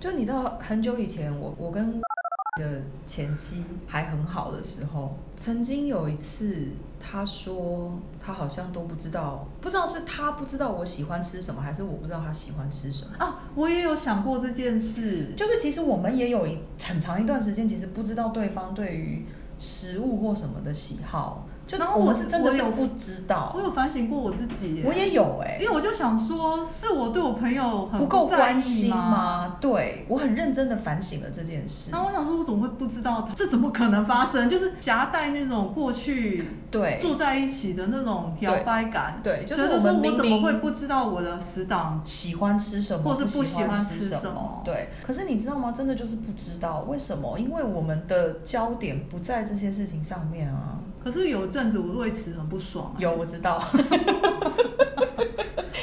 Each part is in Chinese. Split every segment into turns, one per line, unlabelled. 就你知道，很久以前我我跟的前妻还很好的时候，曾经有一次，他说他好像都不知道，不知道是他不知道我喜欢吃什么，还是我不知道他喜欢吃什么。
啊，我也有想过这件事，
就是其实我们也有一很长一段时间，其实不知道对方对于食物或什么的喜好，就
然后
我
我
们是真的
哦我
是
有
不知道。
我有反省过我自己耶，
我也有哎
因为我就想说，是我对我朋友很
不够
在
关
意
心
吗？
吗？对我很认真的反省了这件事。
然后我想说，我怎么会不知道他？这怎么可能发生？就是夹带那种过去
对
坐在一起的那种摇摆感，
对对就是
觉得
我
说
们明
我怎么
明
会不知道我的死党
喜欢吃什么，
或是
不
喜欢
吃
吃
么。对，可是你知道吗？真的就是不知道为什么，因为我们的焦点不在这些事情上面啊。
可是有一阵子我为此很不爽、啊
有，我知道。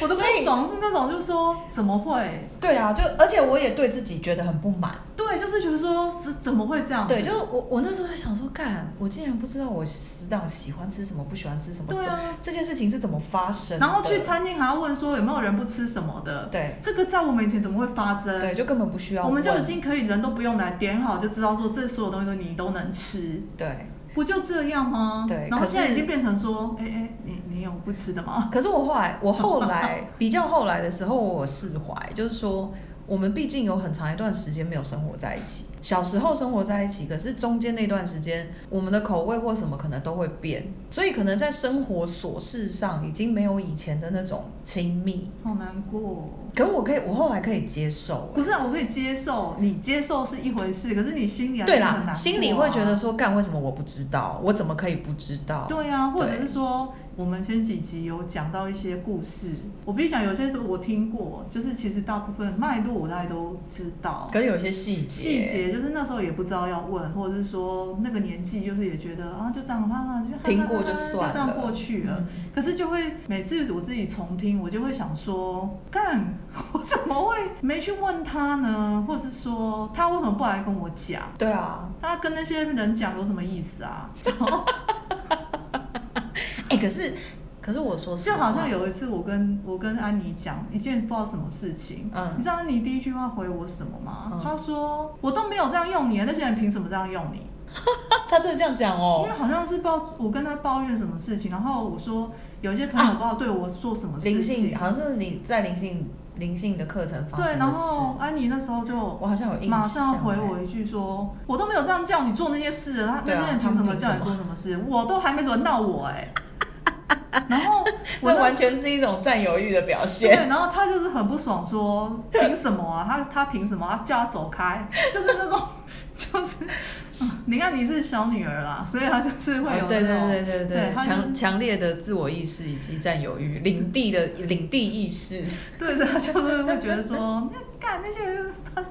我的不
所以
爽是那种，就是说怎么会？
对啊，就而且我也对自己觉得很不满。
对，就是觉得说怎怎么会这样子？
对，就是我我那时候就想说，干，我竟然不知道我死党喜欢吃什么，不喜欢吃什么，
对啊
这件事情是怎么发生的？
然后去餐厅还要问说有没有人不吃什么的，
对
这个在我们以前怎么会发生？
对就根本不需要
我们就
问
已经可以人都不用来点好就知道说这所有东西都你都能吃，
对。
不就这样吗？
对
然后
可
现在已
是
经变成说，哎哎，你你有不吃的吗？
可是我后来，我后来比较后来的时候，我释怀，就是说，我们毕竟有很长一段时间没有生活在一起。小时候生活在一起，可是中间那段时间，我们的口味或什么可能都会变，所以可能在生活琐事上已经没有以前的那种亲密。
好难过。哦
可我可以，我后来可以接受、欸
不是、啊，我可以接受，你接受是一回事，可是你心里还是
对
很
啦，
难
心
过
里会觉得
啊
说，干为什么我不知道？我怎么可以不知道？
对啊，或者
对
是说，我们前几集有讲到一些故事，我必须讲有些是我听过，就是其实大部分脉络我大概都知道，
可是有些细节
细节就是那时候也不知道要问，或者是说那个年纪就是也觉得啊就这样啊就哈哈哈
听过就
就
算
这样
了
过去了，
嗯
可是就会每次我自己重听，我就会想说，干 我怎么会没去问他呢？或者是说他为什么不来跟我讲？
对啊，
他跟那些人讲有什么意思啊？
哎、可是可是我说实
就
话
好像有一次我跟我跟安妮讲一件不知道什么事情，
嗯
你知道安妮第一句话回我什么吗？
嗯
她说我都没有这样用你，那些人凭什么这样用你？
他真的这样讲
因
哦
为，好像是抱我跟她抱怨什么事情，然后我说有一些朋友
啊
不知道对我做什么事
灵
情，
性好像是你在灵性灵性的课程发生的
对，
事
然后安妮那时候就
我好像有印象，哦
马上回我一句说，我都没有这样叫你做那些事了，他
对
那
啊
些人凭
他
什
们
么
凭
叫你
什
做
么
什么事？我都还没轮到我哎、然后 我
这
那
完全是一种占有欲的表
对，
现。
然后他就是很不爽说，凭什么啊？他他凭什么啊？叫他走开，就是那种， 就是，嗯你看你是小女儿啦，所以他就是会有
哦
那
对对
种，
对对
对，他就是
强强烈的自我意识以及占有欲，领地 的领地意识，
对对，他就是会觉得说，那干那些人他。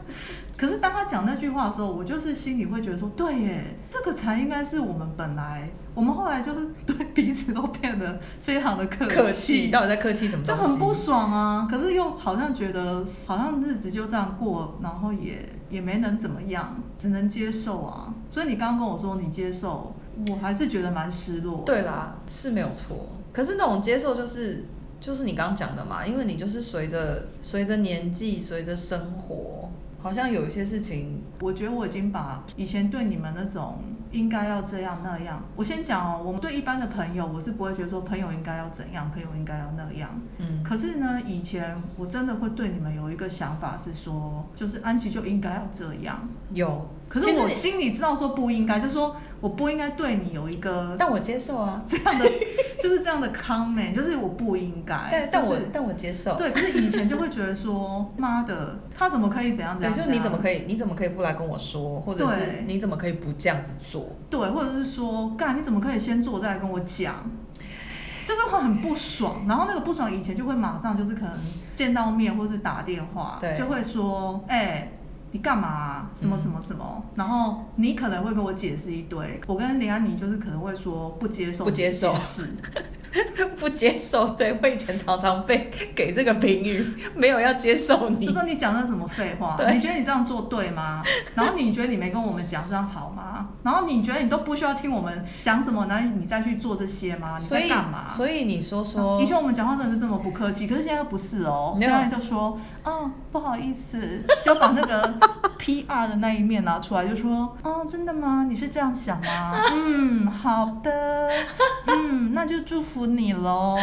可是当他讲那句话的时候，我就是心里会觉得说，对耶，这个才应该是我们本来，我们后来就是 对彼此都变得非常的客
客气到底在客气什么
就
东
很
西
不爽啊。可是又好像觉得，好像日子就这样过，然后也也没能怎么样，只能接受啊。所以你刚刚跟我说你接受，我还是觉得蛮失落。
对，啦，是没有错。可是那种接受就是就是你刚刚讲的嘛，因为你就是随着随着年纪，随着生活，好像有一些事情
我觉得我已经把以前对你们那种应该要这样那样，我先讲哦，我们对一般的朋友，我是不会觉得说朋友应该要怎样，朋友应该要那样。
嗯
可是呢，以前我真的会对你们有一个想法是说，就是安琪就应该要这样。
有，
可是
其实
我
你
心里知道说不应该，就是说我不应该对你有一个，
但我接受啊
这样的就是这样的 comment，就是我不应该。
但但我
就是
但我接受
对，可是以前就会觉得说，妈的，他怎么可以怎样怎
对，
样？
就是
怎
你
样
怎么可以，你怎么可以不来跟我说，或者
对
是你怎么可以不这样子做？
对，或者是说，干你怎么可以先做再来跟我讲？就是会很不爽，然后那个不爽以前就会马上就是可能见到面或是打电话，
对嗯
就会说，哎、你干嘛啊、什么什么什么？然后你可能会跟我解释一堆，我跟林安妮就是可能会说不接 受，
不接受
解释。
不接受，对我以前常常被给这个评语，没有要接受你
就。说你讲的什么废话？
对
你觉得你这样做对吗？ 然后你觉得你没跟我们讲这样好吗？然后你觉得你都不需要听我们讲什么，然后你再去做这些吗？你
所
在
以
干嘛？嗯
所以你说说
以前我们讲话真的是这么不客气，可是现在不是哦，
没
现
有
在就说，嗯，不好意思，就把那 个 PR 的那一面拿出来，就说，嗯，真的吗？你是这样想吗？嗯，好的，嗯，那就祝福你 喽。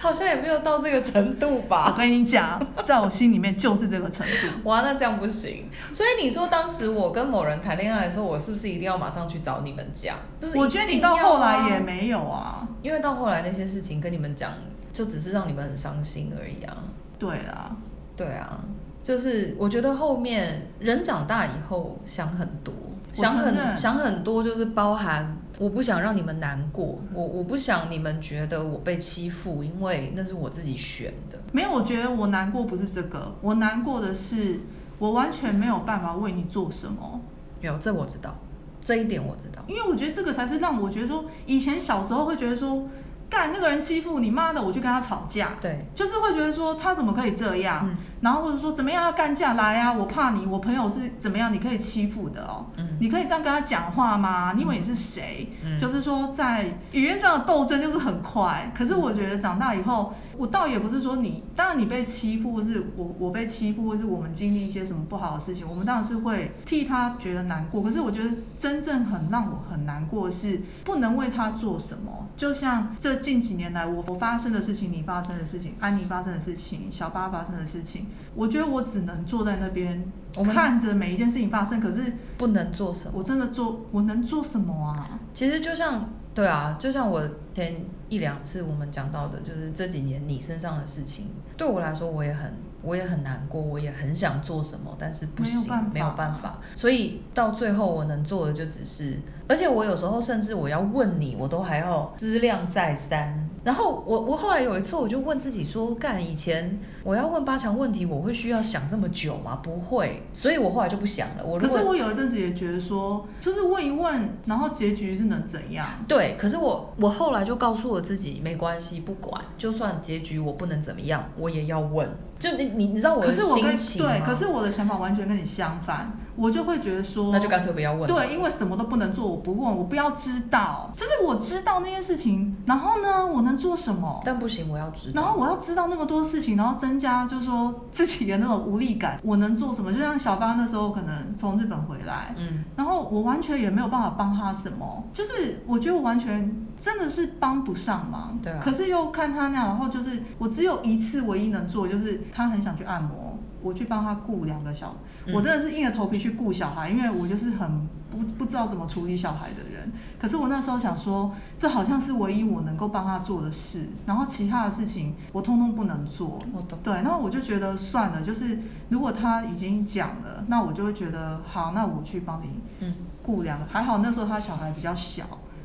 好像也没有到这个程度
我
吧。
跟你讲，在我心里面就是这个程度。
哇，那这样不行。所以你说当时我跟某人谈恋爱的时候，我是不是一定要马上去找你们讲？就是
我觉得
一定
你
要
到后
啊
来也没有啊。
因为到后来那些事情跟你们讲，就只是让你们很伤心而已啊。
对啦，
对啊，就是我觉得后面人长大以后想很多，
我
想
承认
很想很多，就是包含我不想让你们难过，我我不想你们觉得我被欺负，因为那是我自己选的。
没有，我觉得我难过不是这个，我难过的是我完全没有办法为你做什么。
有这我知道，这一点我知道。
因为我觉得这个才是让我觉得说，以前小时候会觉得说，干那个人欺负你妈的，我就跟他吵架，
对
就是会觉得说他怎么可以这样，
嗯
然后或者说怎么样要干架来啊，我怕你，我朋友是怎么样，你可以欺负的哦，
嗯
你可以这样跟他讲话吗？你以为你是谁？
嗯
就是说在语言上的斗争就是很快，可是我觉得长大以后，我倒也不是说你，当然你被欺负，或是我我被欺负，或是我们经历一些什么不好的事情，我们当然是会替他觉得难过。可是我觉得真正很让我很难过的是不能为他做什么，就像这近几年来我我发生的事情，你发生的事情，安妮发生的事情，小八发生的事情，我觉得我只能坐在那边
我们
看着每一件事情发生，可是
不能做什么
我真的做，我能做什么啊？
其实就像对啊，就像我前一两次我们讲到的，就是这几年你身上的事情，对我来说我也很我也很难过，我也很想做什么，但是不行
没有办法，啊
没有办法。所以到最后我能做的就只是，而且我有时候甚至我要问你，我都还要思量再三。然后我我后来有一次我就问自己说，干以前我要问八强问题，我会需要想这么久吗？不会，所以我后来就不想了。我如
可
果
是我有一阵子也觉得说，就是问一问，然后结局是能怎样？
对，可是我我后来就告诉我自己，没关系，不管，就算结局我不能怎么样，我也要问。就你你你知道我
可
的
是我跟
心情啊
对，
吗
可是我的想法完全跟你相反，我就会觉得说，
那就干脆不要问了
对，因为什么都不能做，我不问，我不要知道，就是我知道那件事情，然后呢，我能做什么？
但不行，我要知道。
然后我要知道那么多事情，然后增加就是说自己的那种无力感，我能做什么？就像小巴那时候可能从日本回来，
嗯
然后我完全也没有办法帮他什么，就是我觉得我完全真的是帮不上忙，
对啊
可是又看他那样，然后就是我只有一次唯一能做，就是他很想去按摩。我去帮他顾两个小，
嗯
我真的是硬着头皮去顾小孩，因为我就是很不不知道怎么处理小孩的人。可是我那时候想说，这好像是唯一我能够帮他做的事，然后其他的事情我通通不能做。
我懂
对，那我就觉得算了，就是如果他已经讲了，那我就会觉得好，那我去帮你
嗯
顾两个。还好那时候他小孩比较小。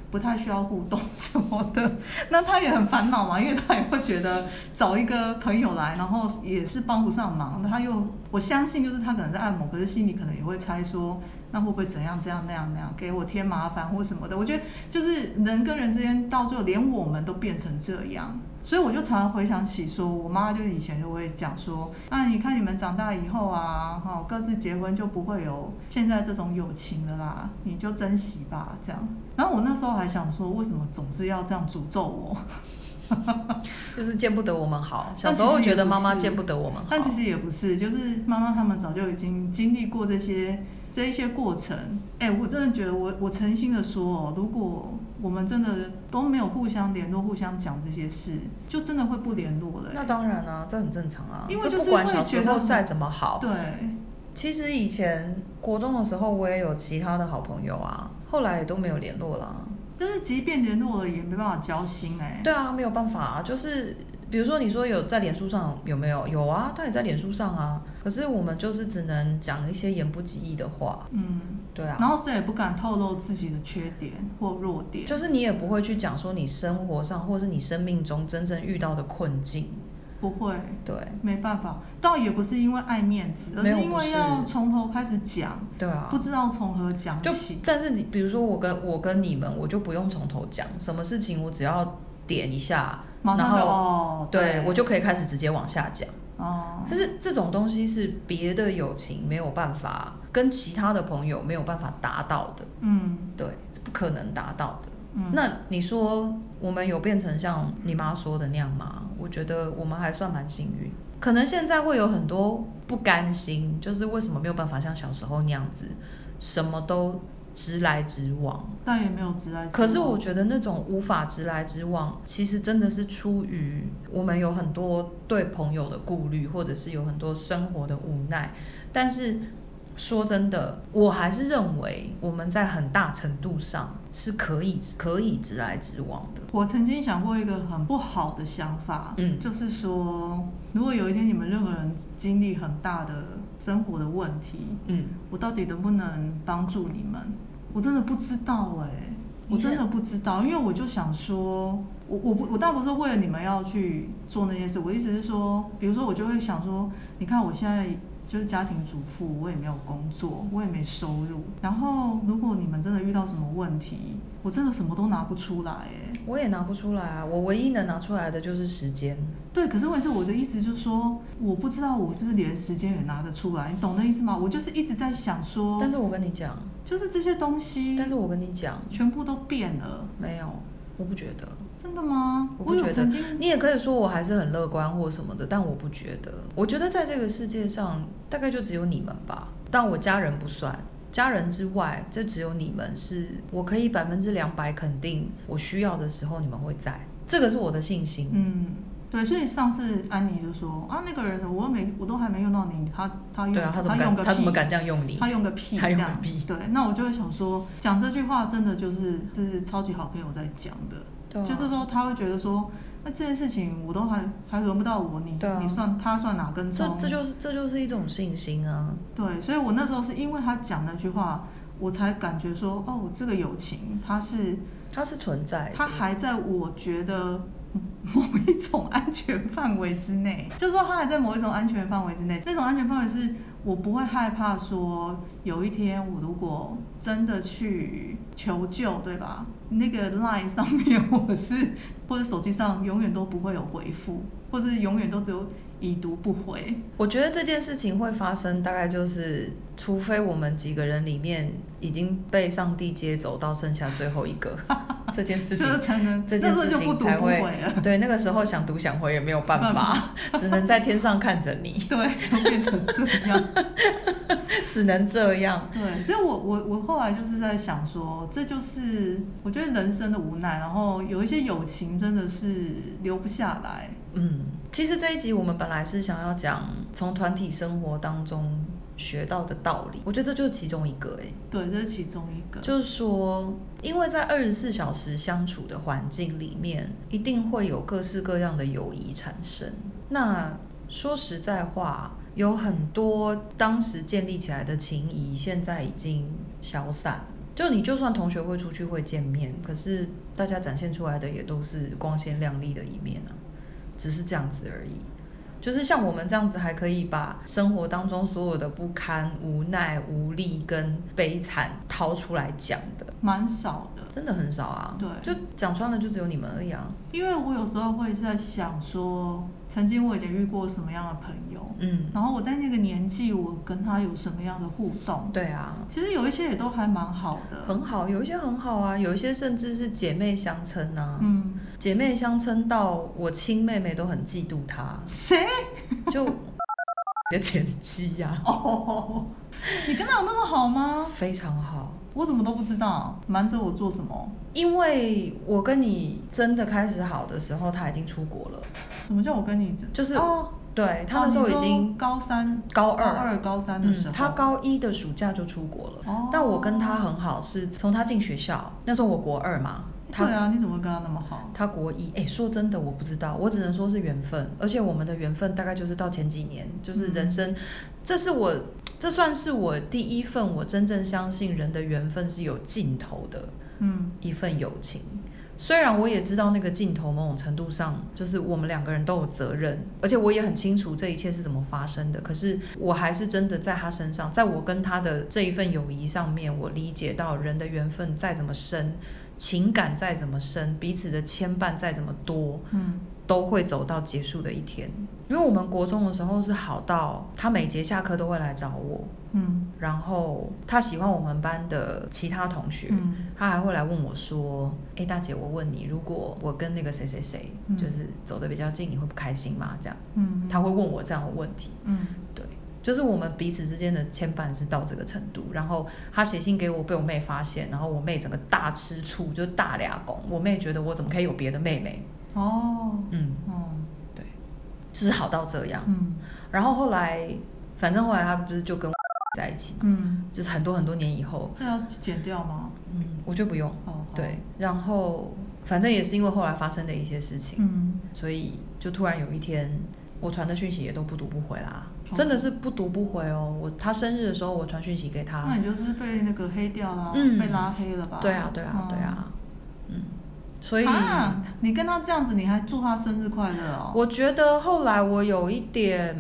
不太需要互动什么的，那他也很烦恼嘛，因为他也会觉得找一个朋友来，然后也是帮不上忙，他又我相信就是他可能在按摩，可是心里可能也会猜说，那会不会怎样怎样那样那样，给我添麻烦或什么的。我觉得就是人跟人之间到最后连我们都变成这样，所以我就常常回想起说，我妈就以前就会讲说，啊，你看你们长大以后啊，哈、各自结婚就不会有现在这种友情了啦，你就珍惜吧，这样。然后我那时候还想说，为什么总是要这样诅咒我？
就是见不得我们好，小
但
时候
其实
觉得
也
妈妈
是
见不得我们好，
但其实也不是，就是妈妈他们早就已经经历过这些这一些过程。哎、我真的觉得我我诚心的说哦，如果我们真的都没有互相联络、互相讲这些事，就真的会不联络了、欸
那当然啊，这很正常啊，
因为
这
就是
不管
会
小
觉
时
得
候
很
再怎么好，
对，
其实以前国中的时候，我也有其他的好朋友啊，后来也都没有联络啊啦。
就是即便联络了，也没办法交心哎、
对啊，没有办法啊，就是比如说你说有在脸书上有没有？有啊，他也在脸书上啊。可是我们就是只能讲一些言不及义的话。
嗯，
对啊。
然后谁也不敢透露自己的缺点或弱点，
就是你也不会去讲说你生活上或是你生命中真正遇到的困境。
不会，
对
没办法，倒也不是因为爱面子，而
没有
是因
不
为
是
要从头开始讲，
对啊
不知道从何讲
就
起，
但是你比如说我跟我跟你们，我就不用从头讲，什么事情我只要点一下，
马上
然
就
后、
哦
对
对
我就可以开始直接往下讲。
哦，
但是这种东西是别的友情没有办法跟其他的朋友没有办法达到的，
嗯，
对，是不可能达到的。
嗯
那你说我们有变成像你妈说的那样吗？我觉得我们还算蛮幸运，可能现在会有很多不甘心，就是为什么没有办法像小时候那样子，什么都直来直往。
但也没有直来直往。
可是我觉得那种无法直来直往，其实真的是出于我们有很多对朋友的顾虑，或者是有很多生活的无奈。但是说真的，我还是认为我们在很大程度上是可以可以直来直往的。
我曾经想过一个很不好的想法，
嗯
就是说，如果有一天你们任何人经历很大的生活的问题，
嗯
我到底能不能帮助你们？我真的不知道哎、我真的不知道，因为我就想说，我我不我倒不是为了你们要去做那些事，我意思是说，比如说我就会想说，你看我现在就是家庭主妇，我也没有工作，我也没收入，然后如果你们真的遇到什么问题，我真的什么都拿不出来哎、
我也拿不出来啊，我唯一能拿出来的就是时间。
对，可是问题是我的意思就是说，我不知道我是不是连时间也拿得出来，你懂那意思吗？我就是一直在想说，
但是我跟你讲，
就是这些东西，
但是我跟你讲
全部都变了，
没有，我不觉得。
真的吗？
我不觉
有
得
曾经，
你也可以说我还是很乐观或什么的，但我不觉得。我觉得在这个世界上，大概就只有你们吧，但我家人不算。家人之外，就只有你们是我可以百分之两百肯定，我需要的时候你们会在，这个是我的信心。
嗯，对，所以上次安妮就说啊，那个人我又没，我都还没用到你，他他用
对啊他怎么
用
敢
个
他怎么
屁
敢这样用你
他用个屁，
他用个
这样
屁
对，那我就会想说，讲这句话真的就是就是超级好朋友在讲的，
对啊
就是说他会觉得说。那这件事情我都还还轮不到我，你、
对啊，
你算他算哪根
这
葱？
这就是这就是一种信心啊。
对，所以我那时候是因为他讲那句话，我才感觉说，哦，这个友情它是
它是存在的
它还在我觉得嗯某一种安全范围之内，就是说它还在某一种安全范围之内。那种安全范围是我不会害怕说有一天我如果真的去求救，对吧？那个 line 上面我是或者手机上永远都不会有回复，或者是永远都只有已读不回。
我觉得这件事情会发生，大概就是除非我们几个人里面已经被上帝接走到剩下最后一个， 这件事情
这才能
这件
那
事
时候就不
情
读
才
不
会
回了
对那个时候想读想回也没有办法，只能在天上看着你，
对，就变成这样。
只能这样。
对，所以我我我后来就是在想说，这就是我觉得人生的无奈，然后有一些友情真的是留不下来。
嗯，其实这一集我们本来是想要讲从团体生活当中学到的道理，我觉得这就是其中一个哎、
对，这是其中一个。
就是说，因为在二十四小时相处的环境里面，一定会有各式各样的友谊产生。那说实在话，有很多当时建立起来的情谊，现在已经消散。就你就算同学会出去会见面，可是大家展现出来的也都是光鲜亮丽的一面啊，只是这样子而已。就是像我们这样子，还可以把生活当中所有的不堪、无奈、无力跟悲惨掏出来讲的，
蛮少的，
真的很少啊。
对
就讲穿了，就只有你们而已啊。
因为我有时候会在想说，曾经我以前遇过什么样的朋友，
嗯
然后我在那个年纪，我跟他有什么样的互动？
对啊
其实有一些也都还蛮好的，
很好，有一些很好啊，有一些甚至是姐妹相称啊。
嗯
姐妹相称到我亲妹妹都很嫉妒 她，
谁？
就 你的前妻呀、
哦，你跟他有那么好吗？
非常好。
我怎么都不知道，瞒着我做什么？
因为我跟你真的开始好的时候，她已经出国了。
什么叫我跟你？
就是、
哦，
对他
哦
那时候
你
已
说
经
高三、
高二、
高二高三的时候
嗯，他高一的暑假就出国了。
哦
但我跟他很好，是从他进学校那时候我国二嘛。他
对啊你怎么跟他那么好
他国一，哎、说真的，我不知道，我只能说是缘分，而且我们的缘分大概就是到前几年，
嗯
就是人生，这是我，这算是我第一份我真正相信人的缘分是有尽头的，
嗯
一份友情。虽然我也知道那个尽头某种程度上就是我们两个人都有责任，而且我也很清楚这一切是怎么发生的，可是我还是真的在他身上，在我跟他的这一份友谊上面，我理解到人的缘分再怎么深，情感再怎么深，彼此的牵绊再怎么多，
嗯
都会走到结束的一天。因为我们国中的时候是好到他每节下课都会来找我，
嗯
然后他喜欢我们班的其他同学，
嗯
他还会来问我说：“哎，大姐，我问你，如果我跟那个谁谁谁，
嗯
就是走得比较近，你会不开心吗？”这样，
嗯嗯
他会问我这样的问题，
嗯
对，就是我们彼此之间的牵绊是到这个程度。然后他写信给我，被我妹发现，然后我妹整个大吃醋，就是大俩拱。我妹觉得我怎么可以有别的妹妹？
哦
嗯
哦
对，就是好到这样。
嗯
然后后来，反正后来他不是就跟在一起嘛，
嗯
就是很多很多年以后，
这要剪掉吗？
嗯，我觉得不用。
哦好
对，然后反正也是因为后来发生的一些事情，
嗯
所以就突然有一天，我传的讯息也都不读不回啦，
哦
真的是不读不回哦。我他生日的时候，我传讯息给他，
那你就是被那个黑掉啦，
嗯
被拉黑了吧？
对啊，对啊，
嗯
对啊，嗯，所以、
啊，你跟他这样子，你还祝他生日快乐哦？
我觉得后来我有一点，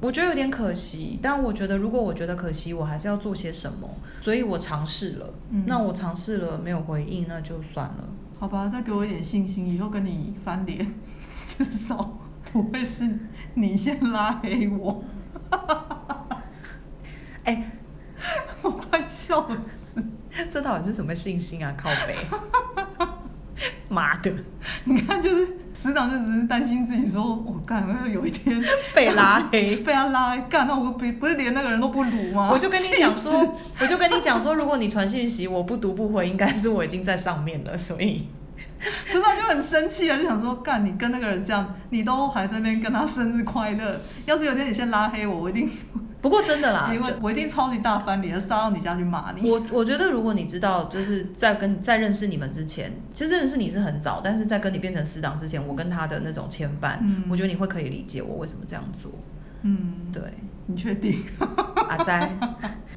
我觉得有点可惜，但我觉得如果我觉得可惜，我还是要做些什么，所以我尝试了。
嗯
那我尝试了没有回应，那就算了。
好吧，再给我一点信心，以后跟你翻脸， 至少不会是你先拉黑我。
哎、
我快笑死！
这到底是什么信心啊？靠 背，妈的，
你看，就是死党就只是担心自己说，我干，我有 一天
被拉黑
被他拉黑，干，那我不不是连那个人都不如吗？
我 就跟你讲 说，我就跟你讲说，如果你传讯息我不读不回，应该是我已经在上面了，所以。
不是，他就很生气啊，就想说，干你跟那个人这样，你都还在那边跟他生日快乐，要是有一天你先拉黑我，我一定，
不过真的啦
因为
就
我一定超级大翻脸，杀到你家去骂你。
我我觉得，如果你知道，就是在跟在认识你们之前，其实认识你是很早，但是在跟你变成死党之前，我跟他的那种牵绊，
嗯
我觉得你会可以理解我为什么这样做。
嗯，
对，
你确定？
阿呆，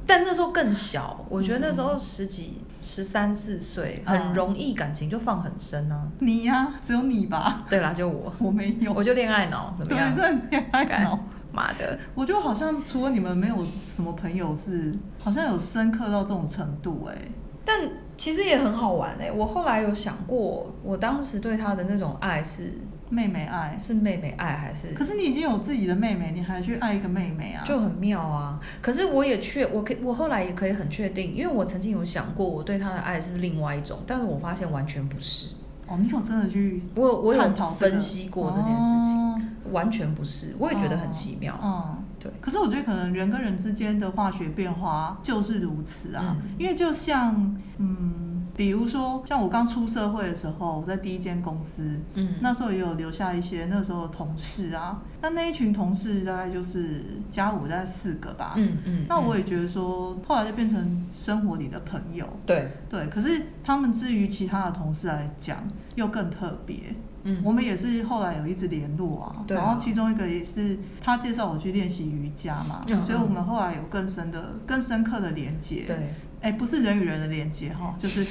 但那时候更小，我觉得那时候十几、十三四岁，很
嗯
容易感情就放很深啊。
你呀、只有你吧？
对啦，就我，
我没有，
我就恋爱脑，怎么
对
样？
真的恋爱脑
干妈的，
我就好像除了你们，没有什么朋友是好像有深刻到这种程度哎、
但其实也很好玩哎、我后来有想过，我当时对他的那种爱是
妹妹爱
是妹妹爱还是？
可是你已经有自己的妹妹，你还去爱一个妹妹啊？
就很妙啊。可是我也确，我可以我后来也可以很确定，因为我曾经有想过，我对他的爱是不是另外一种，但是我发现完全不是。
哦，你有真的去
我有我有
探讨这个
分析过这件事情，
哦
完全不是，我也觉得很奇妙。
嗯，
对。
可是我觉得可能人跟人之间的化学变化就是如此啊，
嗯
因为就像嗯，比如说像我刚出社会的时候，我在第一间公司，
嗯
那时候也有留下一些那时候的同事啊，那那一群同事大概就是加我大概四个吧，
嗯嗯
那我也
嗯
觉得说，后来就变成生活里的朋友，
对
对，可是他们至于其他的同事来讲，又更特别。
嗯
我们也是后来有一直联络啊，
对啊
然后其中一个也是他介绍我去练习瑜伽嘛，
嗯
所以
嗯
我们后来有更深的、更深刻的连接。
对
哎，不是人与人的连接哈，就是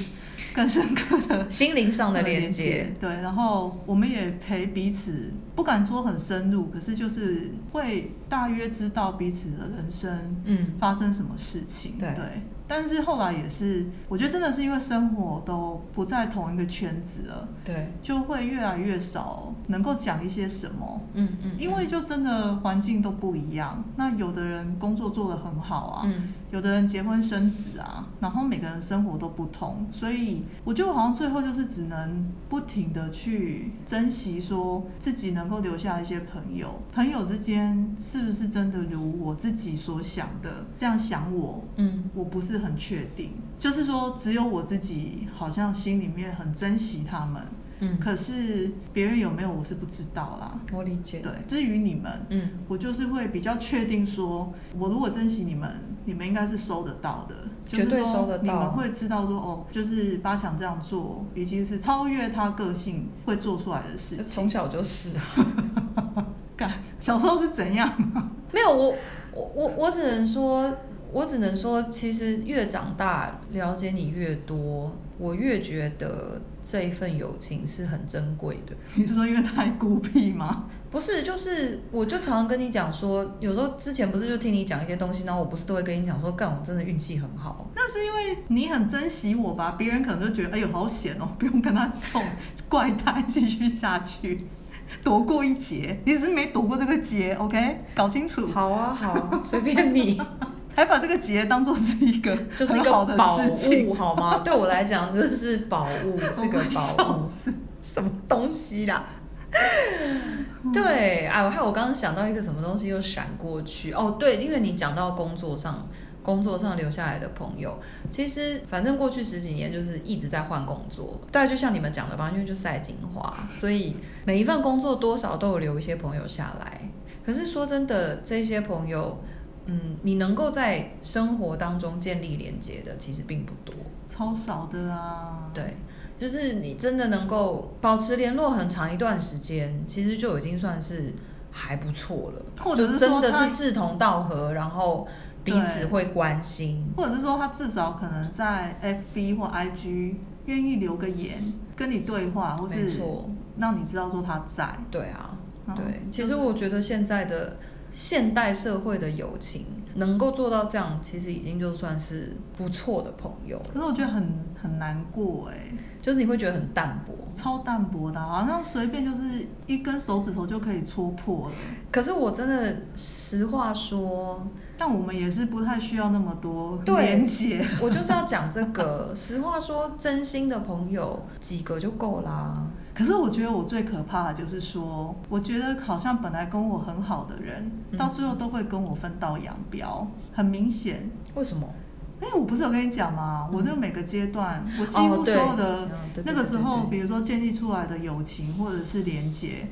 更深刻的
心灵上的
连
连接
对，然后我们也陪彼此，不敢说很深入，可是就是会大约知道彼此的人生，
嗯
发生什么事情。
对
对但是后来也是，我觉得真的是因为生活都不在同一个圈子了，
对
就会越来越少能够讲一些什么，
嗯嗯嗯
因为就真的环境都不一样。那有的人工作做得很好啊，
嗯
有的人结婚生子啊，然后每个人生活都不同，所以我觉得我好像最后就是只能不停的去珍惜，说自己能够留下一些朋友，朋友之间是不是真的如我自己所想的这样想我，
嗯
我不是很确定，就是说只有我自己好像心里面很珍惜他们，
嗯
可是别人有没有我是不知道啦。
我理解
对，至于你们，
嗯
我就是会比较确定说，我如果珍惜你们，你们应该是收得到的，就是
绝对
说
收得
你们
到
会知道说，哦，就是八强这样做，已经是超越他个性会做出来的事情。
从 小就是啊。
干，小时候是怎样？
没有，我我我我只能说，我只能说，其实越长大，了解你越多，我越觉得这一份友情是很珍贵的。
你是说因为太孤僻吗？
不是，就是我就常常跟你讲说，有时候之前不是就听你讲一些东西，然后我不是都会跟你讲说，干我真的运气很好。
那是因为你很珍惜我吧？别人可能就觉得，哎呦好险哦， 不用跟他冲，怪他继续下去， 躲过一劫。你只是没躲过这个劫，OK？搞清楚。
好啊，好啊， 随便 你。
还把这个劫当做是一个
就是一
很好
个
的
宝
事情
物，好吗？对我来讲，这是宝物，是个宝
我快笑
物，什么东西啦？对，哎，我还有我刚刚想到一个什么东西又闪过去哦，对，因为你讲到工作上，工作上留下来的朋友，其实反正过去十几年就是一直在换工作，大概就像你们讲的吧，因为就赛金花，所以每一份工作多少都有留一些朋友下来。可是说真的，这些朋友，嗯，你能够在生活当中建立连接的，其实并不多。
超少的啊。
对，就是你真的能够保持联络很长一段时间，其实就已经算是还不错了。
或者
就是真
说
的
他
是志同道合，然后彼此
对
会关心。
或者是说他至少可能在 FB 或 IG 愿意留个言跟你对话，或
没
是
错
让你知道说他在。
对啊，
嗯
对，其
就
实
是
我觉得现在的现代社会的友情能够做到这样，其实已经就算是不错的朋友
可是
了。
我觉得很很难过哎、
就是你会觉得很淡薄，
超淡薄的啊、好像随便就是一根手指头就可以戳破了。
可是我真的实话说，
但我们也是不太需要那么多
对，
连接。
我就是要讲这个。实话说，真心的朋友几个就够啦。
可是我觉得我最可怕的就是说，我觉得好像本来跟我很好的人，
嗯
到最后都会跟我分道扬镳，很明显。
为什么？
因哎为我不是有跟你讲吗？我就每个阶段，我几
嗯哦
乎所
对
有的
嗯对对
那个
对
时
对
候，
对
比如说建立出来的友情或者是连结，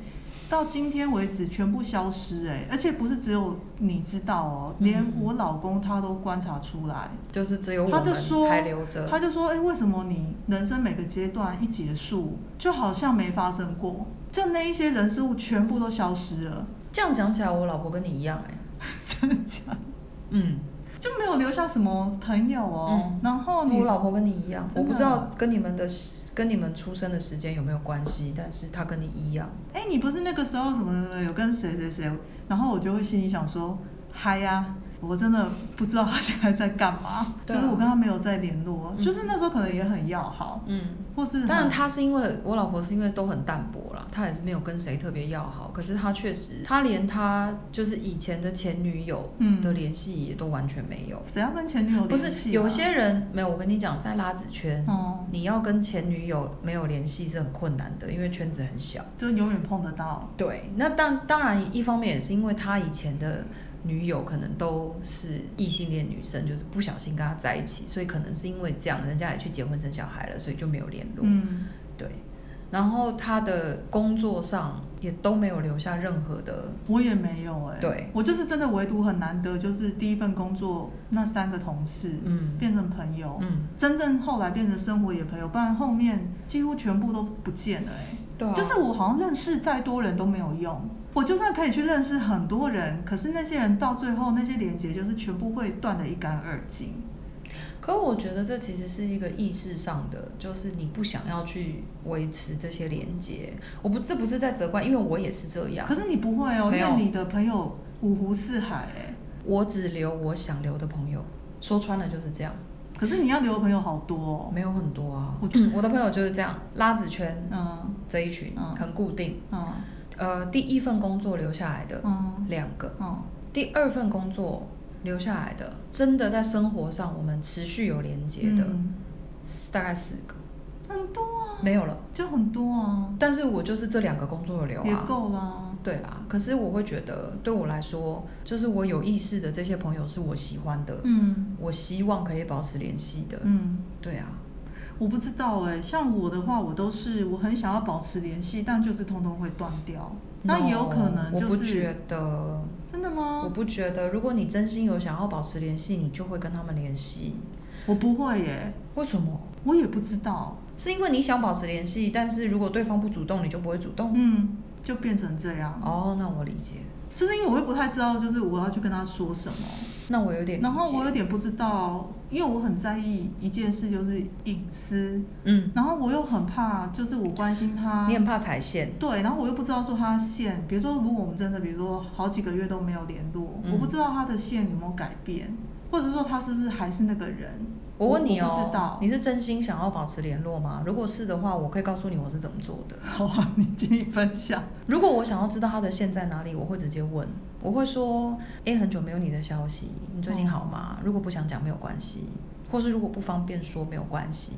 到今天为止全部消失哎、而且不是只有你知道哦，连
嗯
我老公他都观察出来，
就是只有我
他就
们
说
还留着
他就说哎、为什么你人生每个阶段一结束，就好像没发生过，就那一些人事物全部都消失了，
这样讲起来，我老婆跟你一样哎、
真的假的？
嗯，
就没有留下什么朋友哦。
嗯，
然后你
我老婆跟你一样，我
真的哦
不知道跟你们的跟你们出生的时间有没有关系，但是她跟你一样。
哎、你不是那个时候什么什么有跟谁谁谁，然后我就会心里想说，嗨呀、我真的不知道他现在在干嘛，
对啊
就是我跟他没有在联络，哦
嗯
就是那时候可能也很要好，
嗯，
或是
当然
很
她是因为我老婆是因为都很淡薄啦，她也是没有跟谁特别要好，可是她确实，她连她就是以前的前女友
嗯
的联系也都完全没有。
谁要跟前女友
不
联
是
系啊
有些人没有，我跟你讲，在拉子圈，
哦
你要跟前女友没有联系是很困难的，因为圈子很小。
就永远碰得到，
对，那当当然，一方面也是因为他以前的女友可能都是异性恋女生，就是不小心跟他在一起，所以可能是因为这样，人家也去结婚生小孩了，所以就没有联络。
嗯，
对。然后他的工作上也都没有留下任何的，
我也没有哎、
对
我就是真的唯独很难得，就是第一份工作那三个同事，
嗯
变成朋友，
嗯
真正后来变成生活也朋友，不然后面几乎全部都不见了哎、
对啊
就是我好像认识再多人都没有用，我就算可以去认识很多人，可是那些人到最后那些连接就是全部会断得一干二净。
可我觉得这其实是一个意识上的，就是你不想要去维持这些连接。我不这不是在责怪，因为我也是这样。
可是你不会哦，
没
因
有
为你的朋友五湖四海哎、
我只留我想留的朋友，说穿了就是这样，
可是你要留的朋友好多哦，
没有很多啊。
我
嗯我的朋友就是这样，拉子圈，
嗯
这一群、
嗯
很固定，
嗯
呃，第一份工作留下来的，
嗯
两个，
嗯
第二份工作留下来的，真的在生活上我们持续有连接的，
嗯
大概四个，
很多啊，
没有了
就很多啊，
但是我就是这两个工作有留啊，
也够啦
对啦，可是我会觉得，对我来说，就是我有意识的这些朋友是我喜欢的，
嗯
我希望可以保持联系的，
嗯
对啊，
我不知道哎、像我的话，我都是我很想要保持联系，但就是通通会断掉。那也有可
No，哦
能就是嗯
我不觉得，
真的吗？
我不觉得，如果你真心有想要保持联系，你就会跟他们联系，
我不会耶、
为什么？
我也不知道。
是因为你想保持联系，但是如果对方不主动，你就不会主动。
嗯嗯，就变成这样。
哦，那我理解。
就是因为我又不太知道，就是我要去跟他说什么。
那我有点理
然后
解
我有点不知道，因为我很在意一件事，就是隐私。
嗯
然后我啊又很怕，就是我关心他。
你很怕踩线
对，然后我又不知道说他线，比如说如果我们真的，比如说好几个月都没有联络，
嗯
我不知道他的线有没有改变，或者说他是不是还是那个人。
我问你
我
哦
不知道，
你是真心想要保持联络吗？如果是的话，我可以告诉你我是怎么做 的。
好啊，你请你分享。
如果我想要知道他的线在哪里，我会直接问，我会说，诶，很久没有你的消息，你最
嗯
近好吗？如果不想讲没有关系，或是如果不方便说没有关系。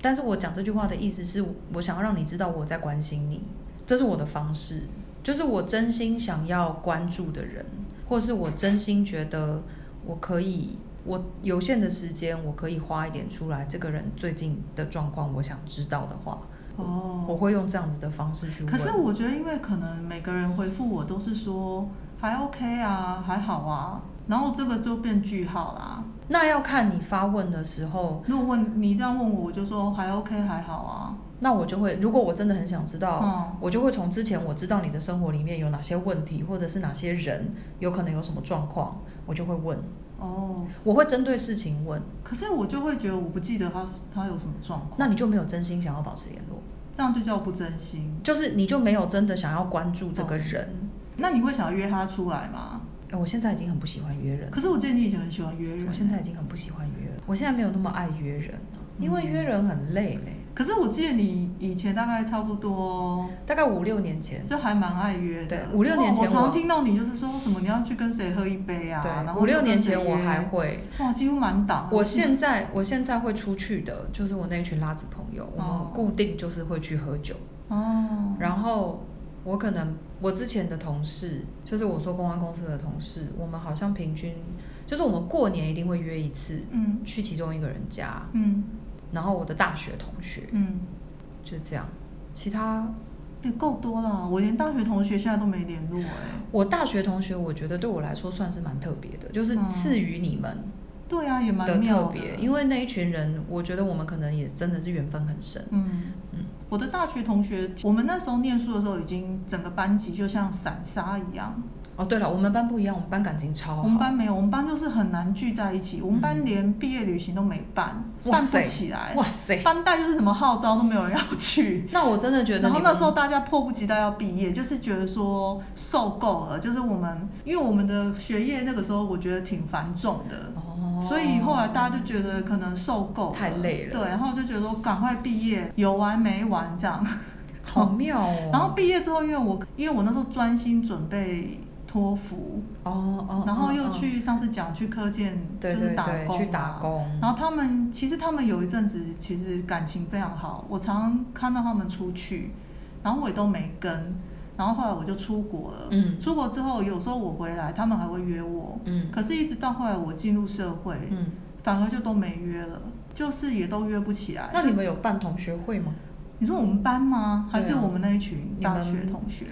但是我讲这句话的意思是我想要让你知道我在关心你，这是我的方式，就是我真心想要关注的人，或是我真心觉得我可以，我有限的时间我可以花一点出来，这个人最近的状况我想知道的话，
哦
我会用这样子的方式去问。
可是我觉得，因为可能每个人回复我都是说还 OK 啊，还好啊，然后这个就变句号啦。
那要看你发问的时候，
如果问你这样问我，我就说还 OK 还好啊。
那我就会，如果我真的很想知道，
嗯
我就会从之前我知道你的生活里面有哪些问题，或者是哪些人有可能有什么状况，我就会问。
哦，
我会针对事情问，
可是我就会觉得我不记得他他有什么状况，
那你就没有真心想要保持联络，
这样就叫不真心。哦
就是你就没有真的想要关注这个人。
那你会想要约他出来吗？
呃我现在已经很不喜欢约人了，
可是我记得你以前很喜欢约人，
我现在已经很不喜欢约了，我现在没有那么爱约人了，因为约人很累嘞、
可是我记得你以前大概差不多，
大概五六年前，
就还蛮爱约的。
对五六年前
哇我
我
常听到你就是说什么你要去跟谁喝一杯啊，
对
然后
五六年前
就跟谁约
我还会
哇，几乎满档。
我现在我现在会出去的，就是我那群拉子朋友，我们
哦
固定就是会去喝酒。
哦，
然后我可能我之前的同事，就是我说公关公司的同事，我们好像平均就是我们过年一定会约一次，
嗯
去其中一个人家，
嗯
然后我的大学同学，
嗯，
就这样，其他
也够多了。我连大学同学现在都没联络哎。
我大学同学，我觉得对我来说算是蛮特别的，就是
嗯
赐予你们。
对啊也蛮妙
特
的
别，因为那一群人，我觉得我们可能也真的是缘分很深。
嗯
嗯，
我的大学同学，我们那时候念书的时候，已经整个班级就像散沙一样。
哦，对了，我们班不一样，我们班感情超好。嗯
我们班没有，我们班就是很难聚在一起。我们班连毕业旅行都没办，
哇
办不
塞
起来。
哇塞
班代就是什么号召都没有人要去。
那我真的觉得
然后
你们
那时候大家迫不及待要毕业，就是觉得说受够了，就是我们因为我们的学业那个时候我觉得挺繁重的，
哦
所以后来大家就觉得可能受够了，
太累了
对，然后就觉得说赶快毕业，有完没完这样。
好妙哦
然后毕业之后，因为我因为我那时候专心准备托福，
哦哦
然后
哦
又
哦
去上次讲去科建，
对
就是
对
打
对
工、啊、
去打工
然后他们其实他们有一阵子其实感情非常好，我常常看到他们出去，然后我也都没跟。然后后来我就出国了，
嗯
出国之后有时候我回来，他们还会约我，
嗯
可是一直到后来我进入社会，
嗯
反而就都没约了，就是也都约不起来。
那你们有办同学会吗？
你说我们班吗？还
对
是
啊
我们那一群
你
大
们
学同学？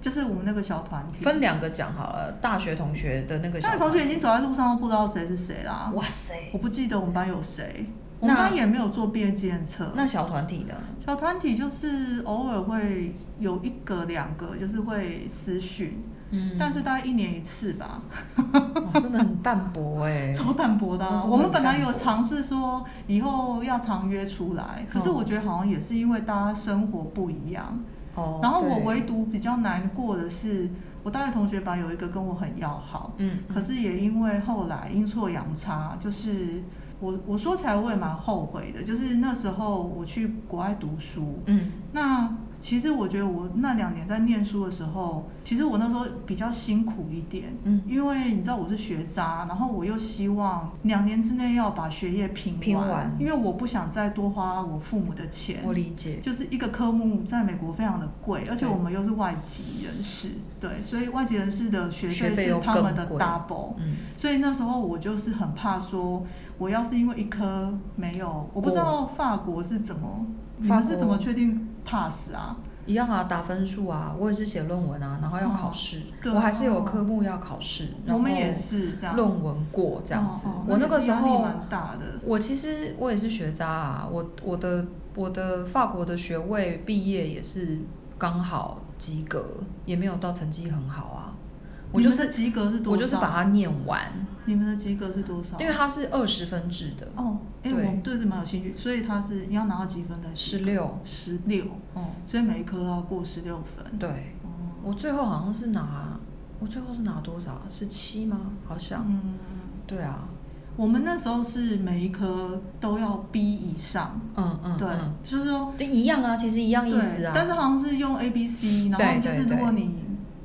就是我们那个小团体。
分两个讲好了，大学同学的那个小
但
团
是同学已经走在路上都不知道谁是谁啦。
哇塞
我不记得我们班有谁，我
那
们班也没有做毕业纪念册。
那小团 体呢？
小团体就是偶尔会有一个两个，就是会私讯，
嗯
但是大概一年一次吧。
哇哦真的很淡薄欸
超淡薄的、
真
啊。
的很淡薄
我们本来有尝试说以后要常约出来，可是
哦
我觉得好像也是因为大家生活不一样。
哦
然后我
对
唯独比较难过的是，我大学同学班有一个跟我很要好，
嗯
可是也因为后来阴错阳差，就是我我说起来我也蛮后悔的，就是那时候我去国外读书，
嗯
那其实我觉得我那两年在念书的时候，其实我那时候比较辛苦一点，
嗯
因为你知道我是学渣，然后我又希望两年之内要把学业拼
拼完
因为我不想再多花我父母的钱，
我理解
就是一个科目在美国非常的贵，而且
对
我们又是外籍人士，对，所以外籍人士的学
学
费
费
是
又
他们
更
的
贵
double，
嗯
所以那时候我就是很怕说，我要是因为一科没有，我不知道
过
法国是怎么，你
法
们是怎
国
么确定 pass 啊？
一样啊，打分数啊，我也是写论文啊，然后要考试
哦，对
我还是有科目要考试，然
我们
后
也是这样
论文过这样子。
哦哦
我
那
那个
也是
时
压力
候
蛮大的
我其实我也是学渣啊，我我的我的法国的学位毕业也是刚好及格，也没有到成绩很好啊。我就
你
是
们的及格是多
我就是
少
把它念完，
你们的及格是多少？
因为它是二十分制的。
哦，哎、我们对这蛮有兴趣，所以他是你要拿到几分才行
16
十六，
哦
所以每一科都要过十六分。
对
哦，
我最后好像是拿，我最后是拿多少啊？十七吗？好像。
嗯
对啊。
我们那时候是每一科都要 B 以上，
嗯嗯
对
嗯，
就是说
就一样啊其实一样意思啊
对但是好像是用 A、B、C，然后就
对对
是如果
对
你，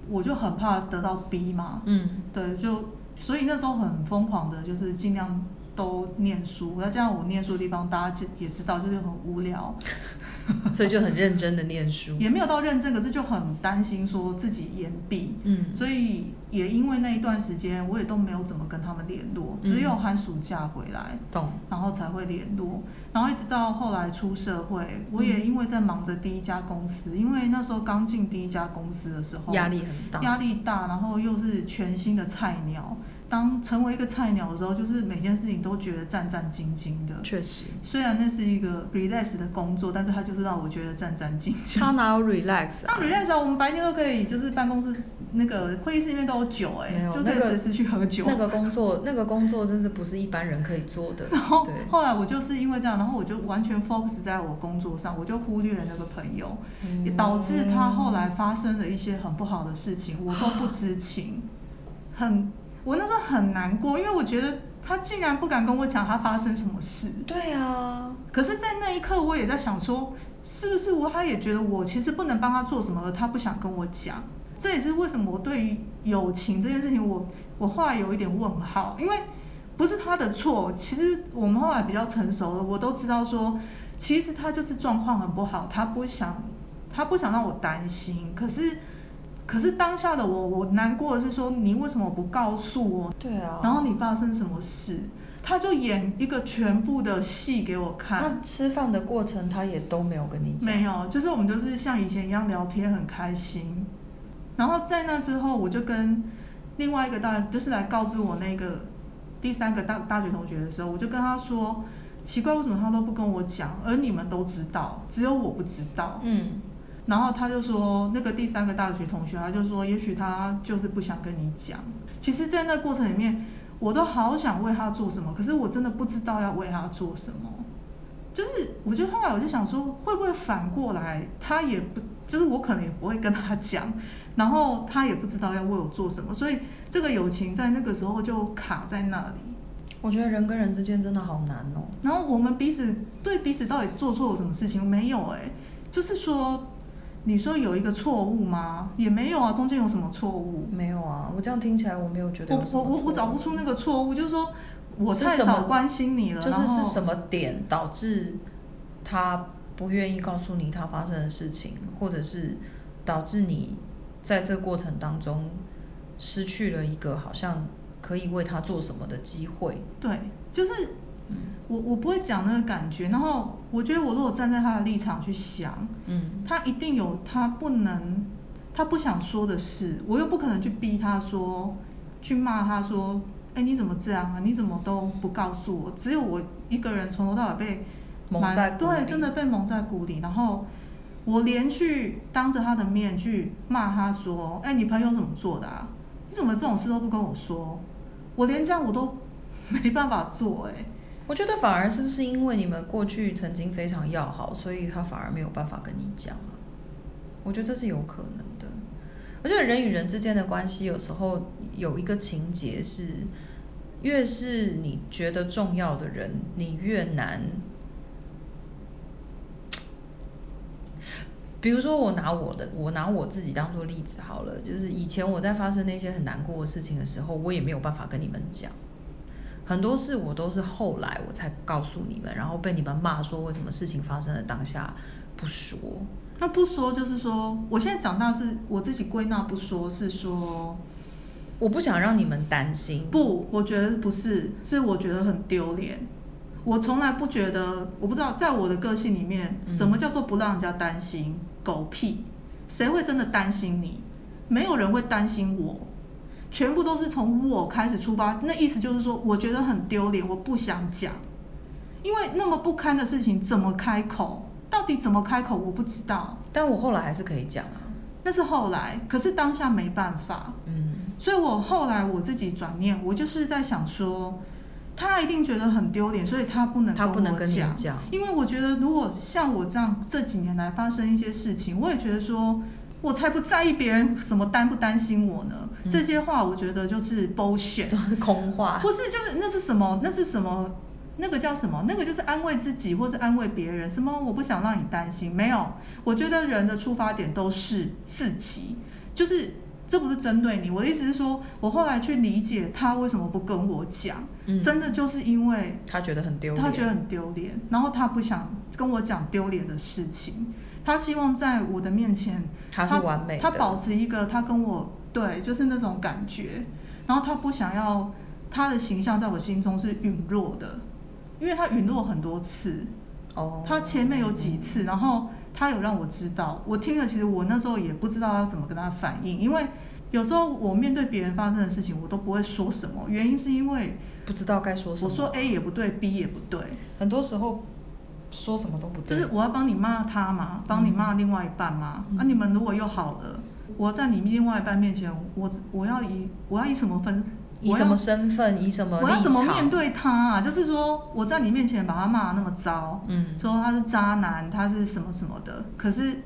我就很怕得到 B 嘛，
嗯
对，就所以那时候很疯狂的，就是尽量都念书，那这样我念书的地方大家就也知道，就是很无聊，
所以就很认真的念书。
也没有到认真，可是就很担心说自己延毕，
嗯
所以也因为那一段时间，我也都没有怎么跟他们联络，
嗯
只有寒暑假回来，
懂
然后才会联络，然后一直到后来出社会，我也因为在忙着第一家公司，因为那时候刚进第一家公司的时候，
压力很大
压力大，然后又是全新的菜鸟，当成为一个菜鸟的时候，就是每件事情都觉得战战兢兢的，
确 实
虽然那是一个 relax 的工作，但是它就是让我觉得战战兢兢。
他哪有 relax 啊
那 relax 啊，我们白天都可以，就是办公室那个会议室里面都有酒、欸，
没有
就可
那
以
个
随时去喝酒。
那个工作，那个工作真是不是一般人可以做的。
然后
对，
后来我就是因为这样，然后我就完全 focus 在我工作上，我就忽略了那个朋友，
嗯
也导致他后来发生了一些很不好的事情，我都不知情，很我那时候很难过，因为我觉得他竟然不敢跟我讲他发生什么事。
对啊，
可是，在那一刻，我也在想说，是不是我他也觉得我其实不能帮他做什么，而他不想跟我讲。这也是为什么我对于友情这件事情我，我后来有一点问号，因为不是他的错。其实我们后来比较成熟了，我都知道说，其实他就是状况很不好，他不想他不想让我担心。可是可是当下的我，我难过的是说，你为什么不告诉我？
对啊
然后你发生什么事？他就演一个全部的戏给我看。
那吃饭的过程他也都没有跟你讲。
没有，就是我们就是像以前一样聊天，很开心。然后在那之后，我就跟另外一个大，就是来告知我那个第三个大大学同学的时候，我就跟他说，奇怪，为什么他都不跟我讲，而你们都知道，只有我不知道。
嗯。
然后他就说，那个第三个大学同学，他啊就说，也许他就是不想跟你讲。其实，在那过程里面，我都好想为他做什么，可是我真的不知道要为他做什么。就是，我就后来我就想说，会不会反过来，他也不，就是我可能也不会跟他讲，然后他也不知道要为我做什么，所以这个友情在那个时候就卡在那里。
我觉得人跟人之间真的好难哦、
然后我们彼此对彼此到底做错了什么事情没有、欸？就是说，你说有一个错误吗？也没有啊，中间有什么错误？
没有啊，我这样听起来我没有觉得有
我
什么
我我
错
我找不出那个错误，就是说我
是
太
什么
少关心你了，
嗯就是
然后
是什么点导致他不愿意告诉你他发生的事情，或者是导致你在这过程当中失去了一个好像可以为他做什么的机会。
对，就是我我不会讲那个感觉，然后我觉得我如果站在他的立场去想，
嗯
他一定有他不能他不想说的事，我又不可能去逼他说，去骂他说，哎、你怎么这样啊？你怎么都不告诉我？只有我一个人从头到尾被
蒙
瞒
在鼓
对，
里
真的被蒙在鼓里，然后。我连去当着他的面去骂他说：“哎、你朋友怎么做的啊？你怎么这种事都不跟我说？”我连这样我都没办法做、哎，
我觉得反而是不是因为你们过去曾经非常要好，所以他反而没有办法跟你讲啊？我觉得这是有可能的。我觉得人与人之间的关系有时候有一个情节是，越是你觉得重要的人，你越难。比如说，我拿我的，我拿我自己当做例子好了。就是以前我在发生那些很难过的事情的时候，我也没有办法跟你们讲。很多事我都是后来我才告诉你们，然后被你们骂说为什么事情发生的当下不说。
那不说就是说，我现在长大是我自己归纳不说，是说
我不想让你们担心。
不，我觉得不是，是我觉得很丢脸。我从来不觉得，我不知道在我的个性里面，
嗯
什么叫做不让人家担心？狗屁！谁会真的担心你？没有人会担心我，全部都是从我开始出发。那意思就是说，我觉得很丢脸，我不想讲，因为那么不堪的事情怎么开口？到底怎么开口？我不知道。
但我后来还是可以讲啊。
那是后来，可是当下没办法。
嗯
所以我后来我自己转念，我就是在想说，他一定觉得很丢脸，所以他不能
他不能
我
跟你
讲，
讲
因为我觉得如果像我这样这几年来发生一些事情，我也觉得说。我才不在意别人什么担不担心我呢？
嗯
这些话我觉得就是 bullshit，
都是 空话
不是，就是那是什么？那是什么？那个叫什么？那个就是安慰自己，或是安慰别人。什么？我不想让你担心。没有，我觉得人的出发点都是自己，就是这不是针对你。我的意思是说，我后来去理解他为什么不跟我讲，
嗯
真的就是因为
他觉得很丢
他
脸
觉得很丢脸，然后他不想跟我讲丢脸的事情，他希望在我的面前，
他是完美的
他保持一个他跟我对，就是那种感觉，然后他不想要他的形象在我心中是陨落的，因为他陨落很多次，
哦
他前面有几次，然后他有让我知道，我听了，其实我那时候也不知道要怎么跟他反应，因为有时候我面对别人发生的事情，我都不会说什么，原因是因为
不知道该说什么
我说 A 也不对，B 也不对，
很多时候说什么都不
就
对，嗯
是我要帮你骂他嘛，帮你骂另外一半嘛，那、啊、你们如果又好了，我在你另外一半面前，我我要以我要以什么分？
以
我要
什么身份以什么
我要
立
怎么
场
面对他啊？就是说，我在你面前把他骂得那么糟，
嗯
说他是渣男，他是什么什么的。可是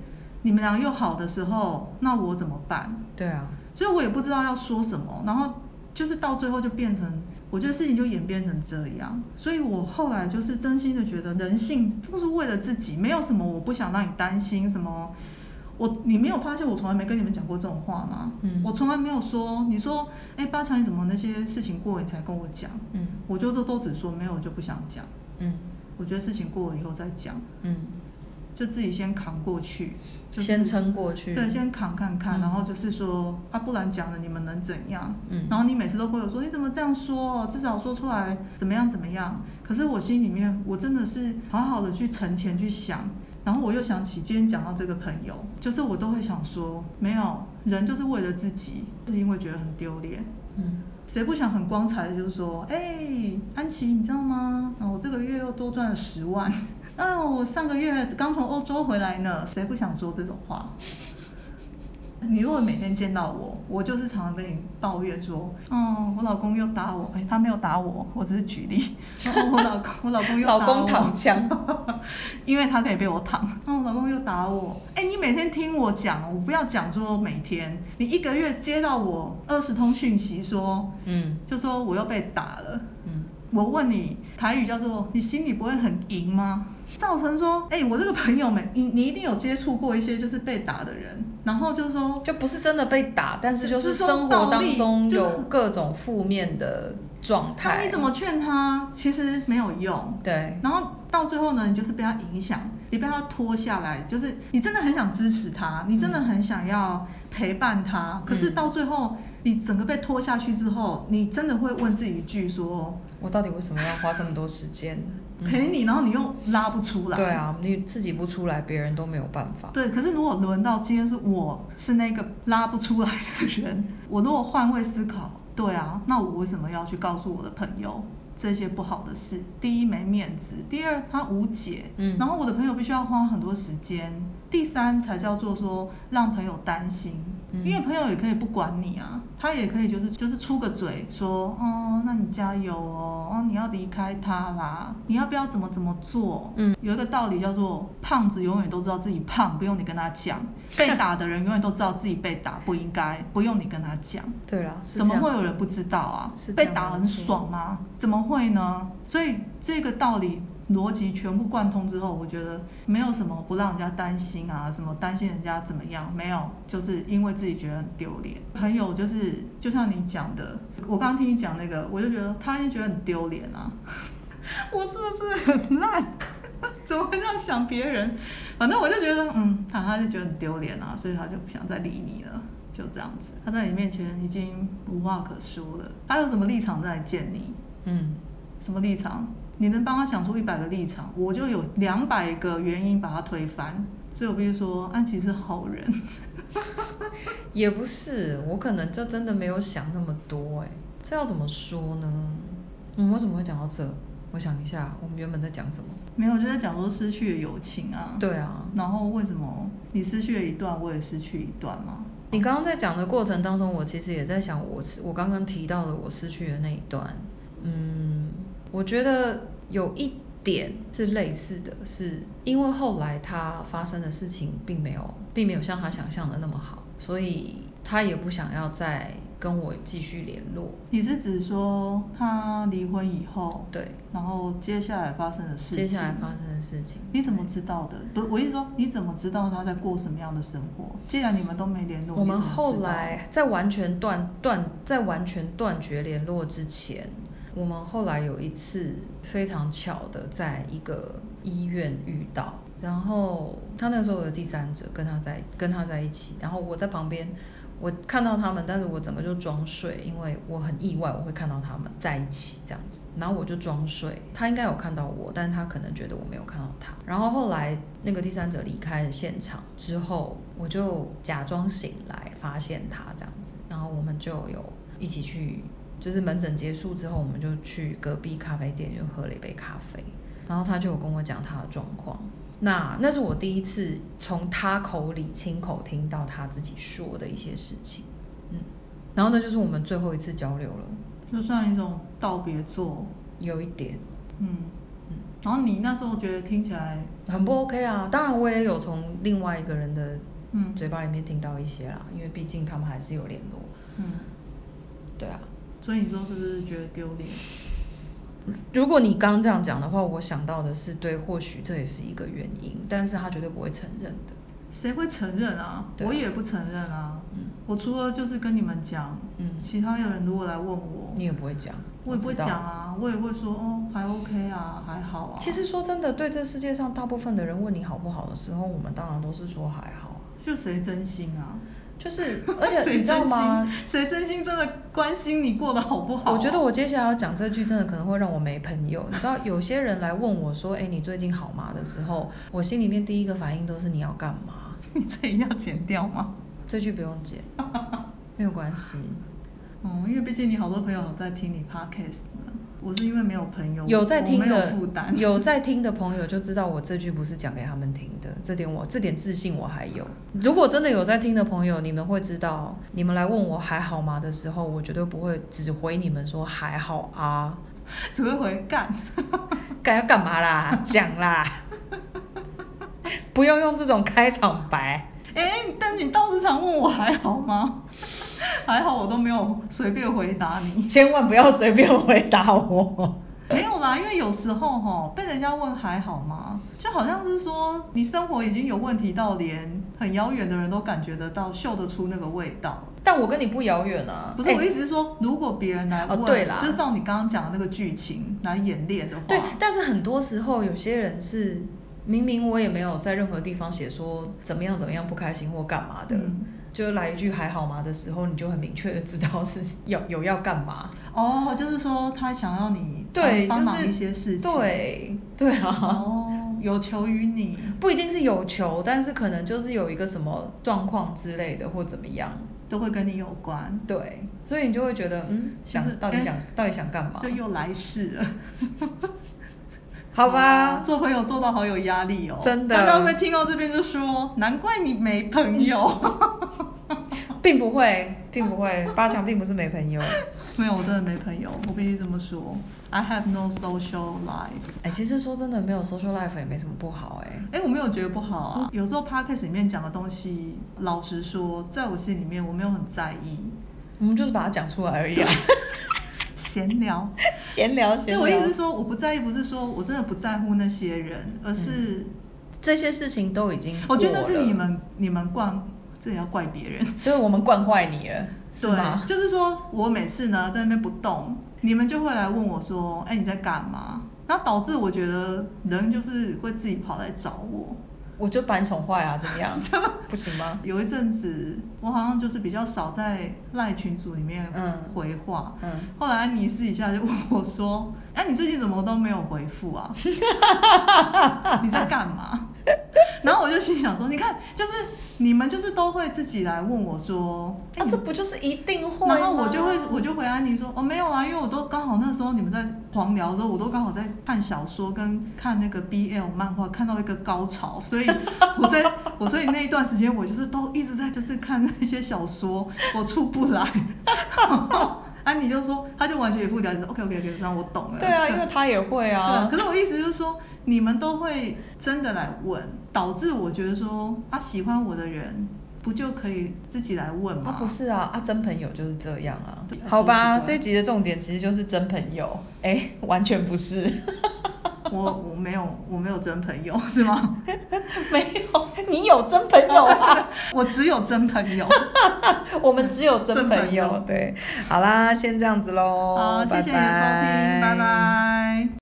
你们俩又好的时候，那我怎么办？
对啊，
所以我也不知道要说什么，然后就是到最后就变成，我觉得事情就演变成这样。所以我后来就是真心的觉得，人性都是为了自己，没有什么我不想让你担心什么。我你没有发现我从来没跟你们讲过这种话吗？
嗯
我从来没有说，你说，哎、八强你怎么那些事情过了你才跟我讲？
嗯
我就都都只说没有，我就不想讲。
嗯
我觉得事情过了以后再讲。
嗯。
就自己先扛过去，就是
先撑过去
对，先扛看看，
嗯
然后就是说啊，不然讲了你们能怎样？
嗯
然后你每次都会有说你怎么这样说，哦至少说出来怎么样怎么样。可是我心里面，我真的是好好的去沉潜去想，然后我又想起今天讲到这个朋友，就是我都会想说，没有人就是为了自己，是因为觉得很丢脸，
嗯
谁不想很光彩的，就是说，哎、安琪，你知道吗？啊，我这个月又多赚了十万。 啊，我上个月刚从欧洲回来呢，谁不想说这种话？ 你如果每天见到我，我就是常常跟你抱怨说，嗯，我老公又打我，哎、他没有打我，我只是举例。哦我老公，我老公又打我，
老公躺枪
因为他可以被我躺。嗯，我老公又打我。哎、你每天听我讲，我不要讲说每天，你一个月接到我二十通讯息说，
嗯
就说我又被打了。
嗯
我问你，台语叫做你心里不会很赢吗？造成说，哎、我这个朋友们，你你一定有接触过一些就是被打的人，然后就说，
就不是真的被打，但是
就
就是
是说
生
暴
活当
力
中
就是
有各种负面的状态。
那你怎么劝他？其实没有用。
对
然后到最后呢，你就是被他影响，你被他拖下来，就是你真的很想支持他，你真的很想要陪伴他，可是
嗯
到最后，你整个被拖下去之后，你真的会问自己一句说，
我到底为什么要花这么多时间？嗯
陪你，然后你又拉不出来。
对啊，你自己不出来，别人都没有办法。
对，可是如果轮到今天是我是那个拉不出来的人，我如果换位思考，对啊，那我为什么要去告诉我的朋友这些不好的事？第一没面子，第二他无解，
嗯
然后我的朋友必须要花很多时间，第三才叫做说让朋友担心。
嗯
因为朋友也可以不管你啊，他也可以就是就是出个嘴说，哦，那你加油哦，哦，你要离开他啦，你要不要怎么怎么做？
嗯
有一个道理叫做胖子永远都知道自己胖，不用你跟他讲；被打的人永远都知道自己被打不应该，不用你跟他讲。
对啦是
怎么
这样
会有人不知道啊
是？这
被
样
打
没
很
错
爽吗？怎么会呢？所以这个道理逻辑全部贯通之后，我觉得没有什么不让人家担心啊，什么担心人家怎么样，没有，就是因为自己觉得很丢脸。朋友就是就像你讲的，我刚刚听你讲那个，我就觉得他也觉得很丢脸啊。 我是不是很烂？怎么会这样想别人？反正我就觉得，嗯，他他就觉得很丢脸啊，所以他就不想再理你了，就这样子。他在你面前已经无话可说了，他有什么立场再来见你？
嗯，
什么立场？你能帮他想出一百个立场，我就有两百个原因把他推翻。所以我必须说，安琪是好人。
也不是，我可能就真的没有想那么多哎、这要怎么说呢？嗯，为什么会讲到这？我想一下，我们原本在讲什么？
没有，就在讲说失去了友情啊。
对啊
然后为什么你失去了一段，我也失去一段嘛？
你刚刚在讲的过程当中，我其实也在想我，是我刚刚提到的我失去的那一段，嗯，我觉得有一点是类似的是，因为后来他发生的事情并没有，并没有像他想象的那么好，所以他也不想要再跟我继续联络。
你是指说他离婚以后，
对
然后接下来发生的事情，
接下来发生的事情
你怎么知道的？不，我意思说你怎么知道他在过什么样的生活？既然你们都没联络，
我们
你怎么知道
后来在完全断断在完全断绝联络之前，我们后来有一次非常巧的在一个医院遇到，然后他那时候有第三者跟他在跟他在一起，然后我在旁边。我看到他们，但是我整个就装睡，因为我很意外我会看到他们在一起这样子，然后我就装睡。他应该有看到我，但是他可能觉得我没有看到他。然后后来那个第三者离开了现场之后，我就假装醒来，发现他这样子，然后我们就有一起去，就是门诊结束之后，我们就去隔壁咖啡店就喝了一杯咖啡，然后他就有跟我讲他的状况。那那是我第一次从他口里亲口听到他自己说的一些事情，嗯，然后那就是我们最后一次交流了，
就算一种道别作，
有一点，
嗯嗯。然后你那时候觉得听起来，
很不 OK 啊。当然，我也有从另外一个人的
嗯
嘴巴里面听到一些啦，因为毕竟他们还是有联络。
嗯，
对啊，
所以你说是不是觉得丢脸？
如果你刚这样讲的话，我想到的是，对，或许这也是一个原因，但是他绝对不会承认的。
谁会承认啊？
对啊
我也不承认啊。
嗯
我除了就是跟你们讲，
嗯
其他有人如果来问我，
你也不会讲
我也不
我
会
知道
讲啊，我也会说哦，还 OK 啊，还好啊。
其实说真的，对这世界上大部分的人问你好不好的时候，我们当然都是说还好啊。
就谁真心啊？
就是而且
谁
你知道吗
真心谁真心真的关心你过得好不好啊、
我觉得我接下来要讲这句，真的可能会让我没朋友。你知道，有些人来问我说：“哎、你最近好吗？”的时候，我心里面第一个反应都是你要干嘛？
你这一定要剪掉吗？
这句不用剪，没有关系。
嗯，因为毕竟你好多朋友有在听你 podcast 呢我是因为没有朋 友，
有在
我
听
没有
的
负担，
有在听的朋友就知道我这句不是讲给他们听的，这点我这点自信我还有。如果真的有在听的朋友，你们会知道，你们来问我还好吗的时候，我绝对不会只回你们说还好啊，
只会回干。
该要干嘛 啦？讲啦，不用用这种开场白。
哎、但你倒是常问我还好吗？ 还好我都没有随便回答 你。
千万不要随便回答我。
没有啦，因为有时候哈被人家问还好吗，就好像是说你生活已经有问题到连很遥远的人都感觉得到、嗅得出那个味道。
但我跟你不遥远啊。
不是、
哎
我的意思是说，如果别人来问，
哦对啦
就照你刚刚讲的那个剧情来演练的话，
对，但是很多时候有些人是明明我也没有在任何地方写说怎么样怎么样不开心或干嘛的，
嗯
就来一句还好吗的时候，你就很明确的知道是要有要干嘛。
哦，就是说他想要你
对，
帮帮
就
忙
是
一些事情，
对对啊。
哦，有求于你，
不一定是有求，但是可能就是有一个什么状况之类的，或怎么样。
都会跟你有关，
对，所以你就会觉得，嗯，想
就是
到底
哎
想到底想干嘛？
就又来事 了。
好吧
啊做朋友做到好有压力哦，
真的
大家会不会听到这边就说，难怪你没朋友？
并不会，并不会，八强并不是没朋友。
没有，我真的没朋友，我必须这么说，I have no social life。
哎、其实说真的，没有 social life 也没什么不好哎、
哎、我没有觉得不好啊。有时候 podcast 里面讲的东西，老实说，在我心里面我没有很在意。
我们就是把它讲出来而已 啊。
闲聊，
闲聊，闲
对
聊。
我意思是说，我不在意，不是说我真的不在乎那些人，而是、
这些事情都已经
我觉得那
过
是
了
你们你们惯，这也要怪别人。
就是我们惯坏你了， 是吗？
对，就是说我每次呢在那边不动，你们就会来问我说，哎、你在干嘛？然后导致我觉得人就是会自己跑来找我。
我就把你宠坏啊，怎么 样？不行吗？
有一阵子，我好像就是比较少在赖群组里面
嗯
回话。
嗯
后来安妮私底下就问我 说：“哎、你最近怎么都没有回复啊？你在干嘛？”然后我就心想说，你看，就是你们就是都会自己来问我说，
啊
哎
这不就是一定会
然后我就会
吗
我就回安妮说，哦没有啊，因为我都刚好那时候你们在狂聊的时候，我都刚好在看小说跟看那个 BL 漫画，看到一个高潮，所以 我在我所以那一段时间我就是都一直在就是看那些小说，我出不来。 然后安妮就说，她就完全也不了解，OK OK OK，那我懂了。
对啊因为她也会啊
嗯 对可是我意思就是说，你们都会真的来问，导致我觉得说，啊，喜欢我的人不就可以自己来问吗？
啊，不是啊，啊，真朋友就是这样啊
对。
好吧，
很
这
奇怪
一集的重点其实就是真朋友，哎、完全不 是。
我我没有我没有真朋友是吗？
没有，你有真朋友 啊。
我只有真朋友。
我们只有真
真
朋
朋
友
友，
对，好啦，先这样子喽，
好，谢谢你的收听，
拜
拜拜